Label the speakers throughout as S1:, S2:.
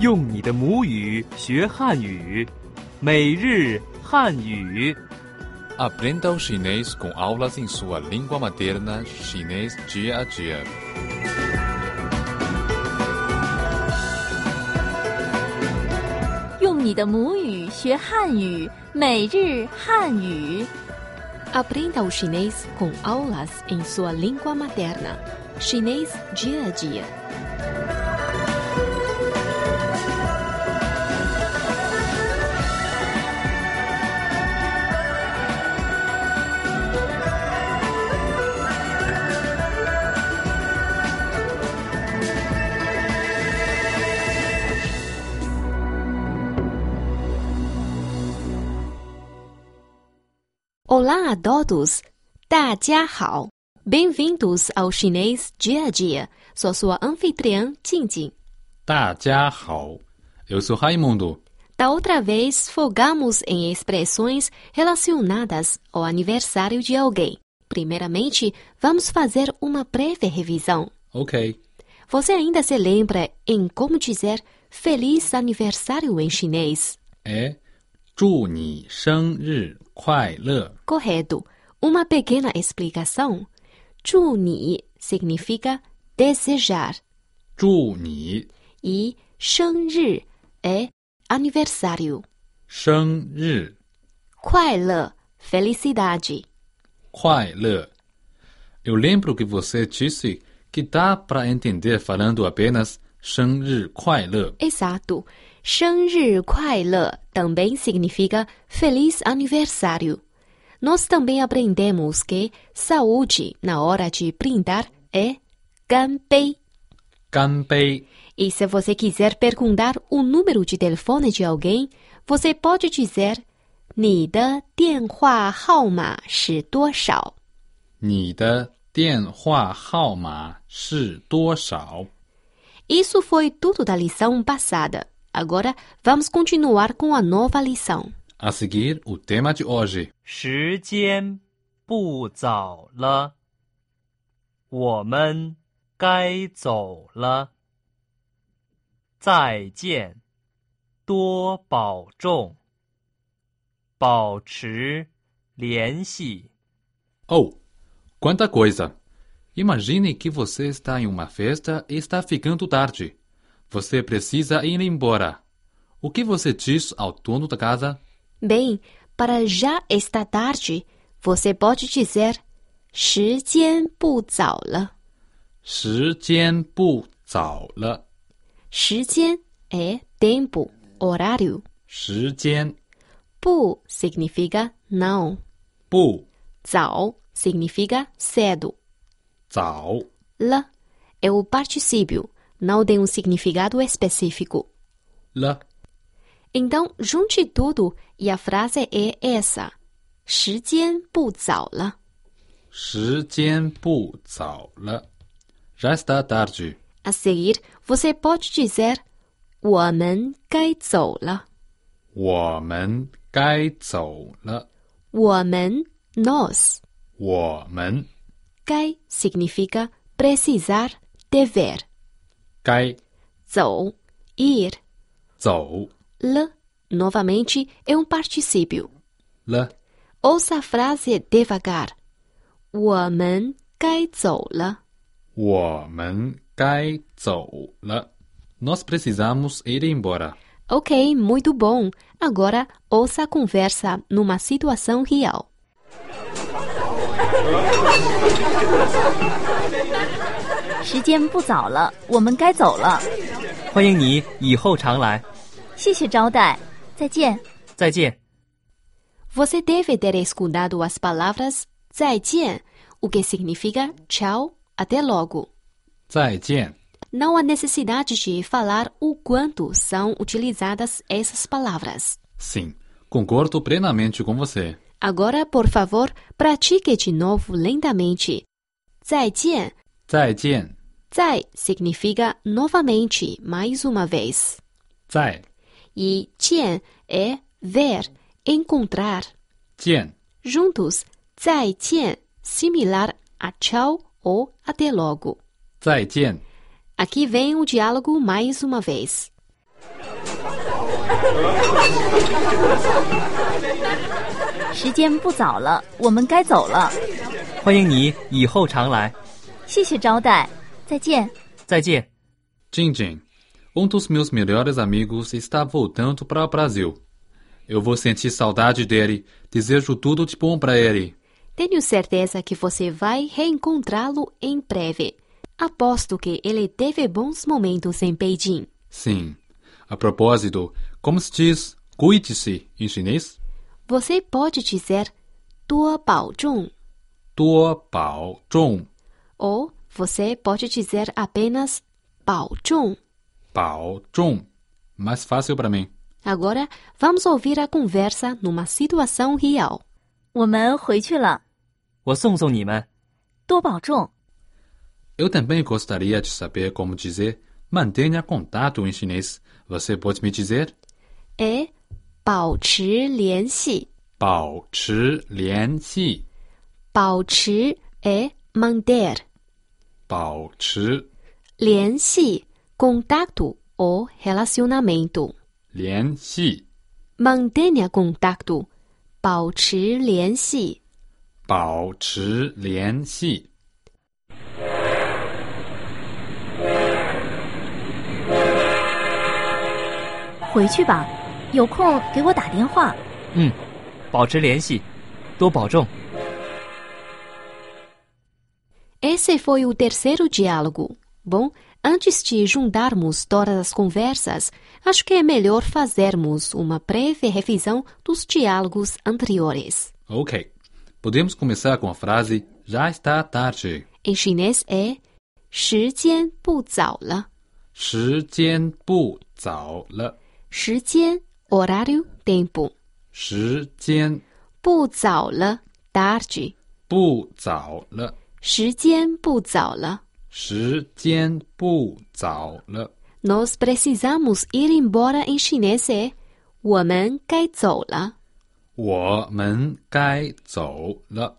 S1: 用你的母语学汉语，每日汉语。
S2: Aprenda o chinês com aulas em sua língua materna, chinês dia a dia.
S3: 用你的母语学汉语，每日汉语。
S4: Aprenda o chinês com aulas em sua língua materna, chinês dia a dia. 啦，a todos，大家好，Bem-vindos ao chinês dia a dia。Sou sua anfitriã 静静。
S2: 大家好，eu sou Raimundo。
S4: Da outra vez, fogamos em expressões relacionadas ao aniversário de alguém. Primeiramente, vamos fazer uma breve revisão.
S2: Ok.
S4: Você ainda se lembra em como dizer feliz aniversário em chinês?
S2: 哎，祝你生日快乐！
S4: Correto. Uma pequena explicação. Juni significa desejar
S2: 祝你
S4: e shenri é aniversário.
S2: 生日
S4: Kuaile, felicidade.
S2: 快乐。Eu lembro que você disse que dá para entender falando apenas 生日快乐。
S4: Exato. Shenri kuaile também significa feliz aniversário. Nós também aprendemos que saúde na hora de brindar é ganpei.
S2: 干杯！
S4: E se você quiser perguntar o número de telefone de alguém, você pode dizer 你的电话号码是多少？
S2: 你的电话号码是多少？
S4: Isso foi tudo da lição passada. Agora vamos continuar com a nova lição.
S2: A seguir, o tema de hoje.
S1: 时间不早了，我们该走了。再见，多保重，保持联系。
S2: Oh, quanta coisa! Imagine que você está em uma festa e está ficando tarde. Você precisa ir embora. O que você diz ao dono da casa?
S4: Bem, para já está tarde, você pode dizer 时间不早了.
S2: 时间不早了。
S4: 时间 é tempo, horário.
S2: 时间
S4: 不 significa não.
S2: 不
S4: 早 significa cedo.
S2: 早，
S4: Lá é o particípio, não tem um significado específico.
S2: 了
S4: Então, junte tudo e a frase é essa: 时间不早了。
S2: 时间不早了。Já está tarde.
S4: A seguir, você pode dizer: 我们该走了。
S2: 我们该走了。
S4: 我们 nós
S2: 我们
S4: 该 significa precisar, dever.
S2: 该
S4: 走 ir
S2: 走
S4: l novamente é um particípio.
S2: 了。
S4: Ouça a frase devagar. 我们该走了。
S2: 我们该走了。Nós precisamos ir embora.
S4: Ok, muito bom. Agora ouça a conversa numa situação real.
S3: 时间不早了，我们该走了。
S1: 欢迎你以后常来，
S3: 谢谢招待，再见。
S1: 再见。
S4: Você deve ter escutado as palavras 再见, o que significa tchau, até logo.
S2: 再见，
S4: Não há necessidade de falar o quanto são utilizadas essas palavras.
S2: sim. Concordo plenamente com você.
S4: Agora, por favor, pratique de novo lentamente. 再见,
S2: 再见，
S4: 再 significa novamente, mais uma vez.
S2: 再
S4: E 见 é ver, encontrar.
S2: 见，
S4: juntos, 再见, similar a tchau ou até logo.
S2: 再见。
S4: Aqui vem o diálogo mais uma vez.
S3: 时间不早了，我们该走了。
S1: 欢迎你以后常来，
S3: 谢谢招待，再见。
S1: 再见。
S2: Jin Jin, um dos meus melhores amigos está voltando para o Brasil. Eu vou sentir saudade dele. Desejo tudo de bom para ele.
S4: Tenho certeza que você vai reencontrá-lo em breve. Aposto que ele teve bons momentos em Beijing.
S2: Sim. A propósito, como se diz cuide-se em chinês?
S4: Você pode dizer Tua Bao Zhong
S2: Tua Pao Zhong.
S4: ou você pode dizer apenas Bao Zhong.
S2: Pao Zhong. Mais fácil para mim.
S4: Agora, vamos ouvir a conversa numa situação real.
S3: 我们回去了，
S1: 我送送你们，
S3: 多保重。
S2: Eu também gostaria de saber como dizer mantenha contato em chinês. Você pode me dizer?
S4: É 保持联系.
S2: Pao Chi Lian Xi.
S4: 保持 é manter.
S2: Pao Chi
S4: 联系 contato ou relacionamento.
S2: Lian Xi.
S4: Mantenha contato. 保持联系.
S2: Pao Chi Lian Xi.
S3: 回去吧，有空给我打电话。
S1: 嗯，保持联系，多保重。
S4: Esse foi o terceiro diálogo. Bom, antes de juntarmos todas as conversas, acho que é melhor fazermos uma breve revisão dos diálogos anteriores.
S2: Ok. Podemos começar com a frase já está tarde.
S4: Em chinês é 时间不早了.
S2: 时间不早了.
S4: 时间 horário, tempo. 不早了 tarde.
S2: 时间不早了.
S4: 时
S2: 时
S4: 间不早了.
S2: 间不早了.
S4: Nós precisamos ir embora em chinês é 我们该走了.
S2: 我们该走了。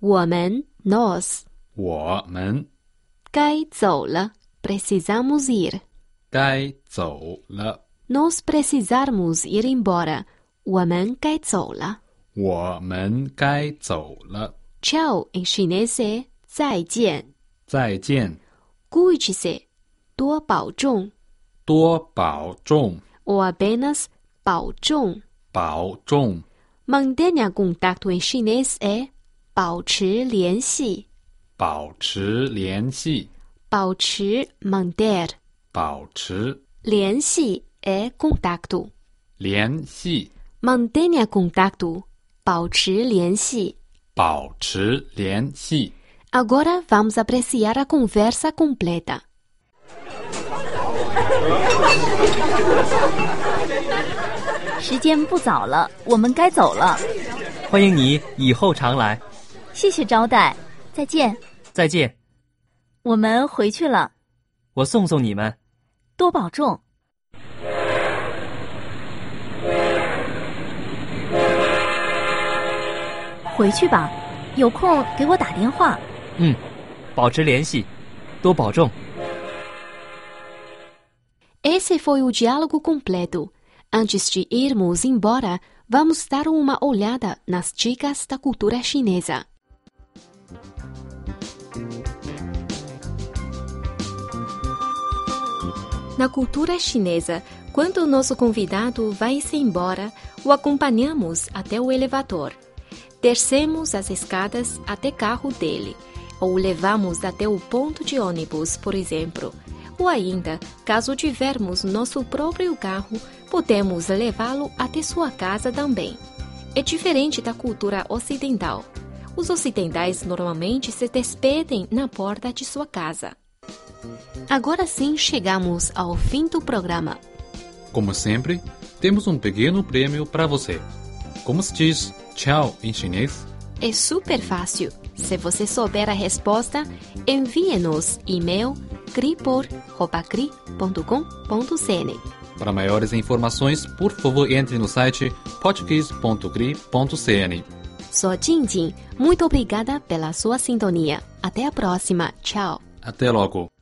S4: 我们 nós
S2: 我们
S4: 该走了 precisamos ir.
S2: 该走了。
S4: Nós precisarmos ir embora. 我们该走了.
S2: 我们该走了。
S4: Tchau em chinês é 再见.
S2: 再见，
S4: Cuide-se. 多保重.
S2: 多保重，
S4: Ou apenas 保重.
S2: 保重，
S4: Mantenha contato em chinês é 保持联系.
S2: 保持联系，
S4: 保持 manter.
S2: 保持
S4: 联系 é contato.
S2: 联系，
S4: Mantenha contato. 保持联系.
S2: 保持联系。
S4: Agora vamos apreciar a conversa completa.
S3: 时间不早了，我们该走了。
S1: 欢迎你以后常来，
S3: 谢谢招待，再见。
S1: 再见。
S3: 我们回去了，
S1: 我送送你们，
S3: 多保重。回去吧，有空给我打电话。
S1: 嗯，保持联系，多保重。
S4: Esse foi o diálogo completo. Antes de irmos embora, vamos dar uma olhada nas dicas da cultura chinesa. Na cultura chinesa, quando o nosso convidado vai-se embora, o acompanhamos até o elevador. Descemos as escadas até carro dele, ou o levamos até o ponto de ônibus, por exemplo. Ou ainda, caso tivermos nosso próprio carro, podemos levá-lo até sua casa também. É diferente da cultura ocidental. Os ocidentais normalmente se despedem na porta de sua casa. Agora sim chegamos ao fim do programa.
S2: Como sempre, temos um pequeno prêmio para você. Como se diz tchau em chinês?
S4: É super fácil. Se você souber a resposta, envie-nos e-mail cripor@cri.com.cn.
S2: Para maiores informações, por favor entre no site podcast.cri.cn.
S4: Sou Jinjin. Muito obrigada pela sua sintonia. Até a próxima. Tchau.
S2: Até logo!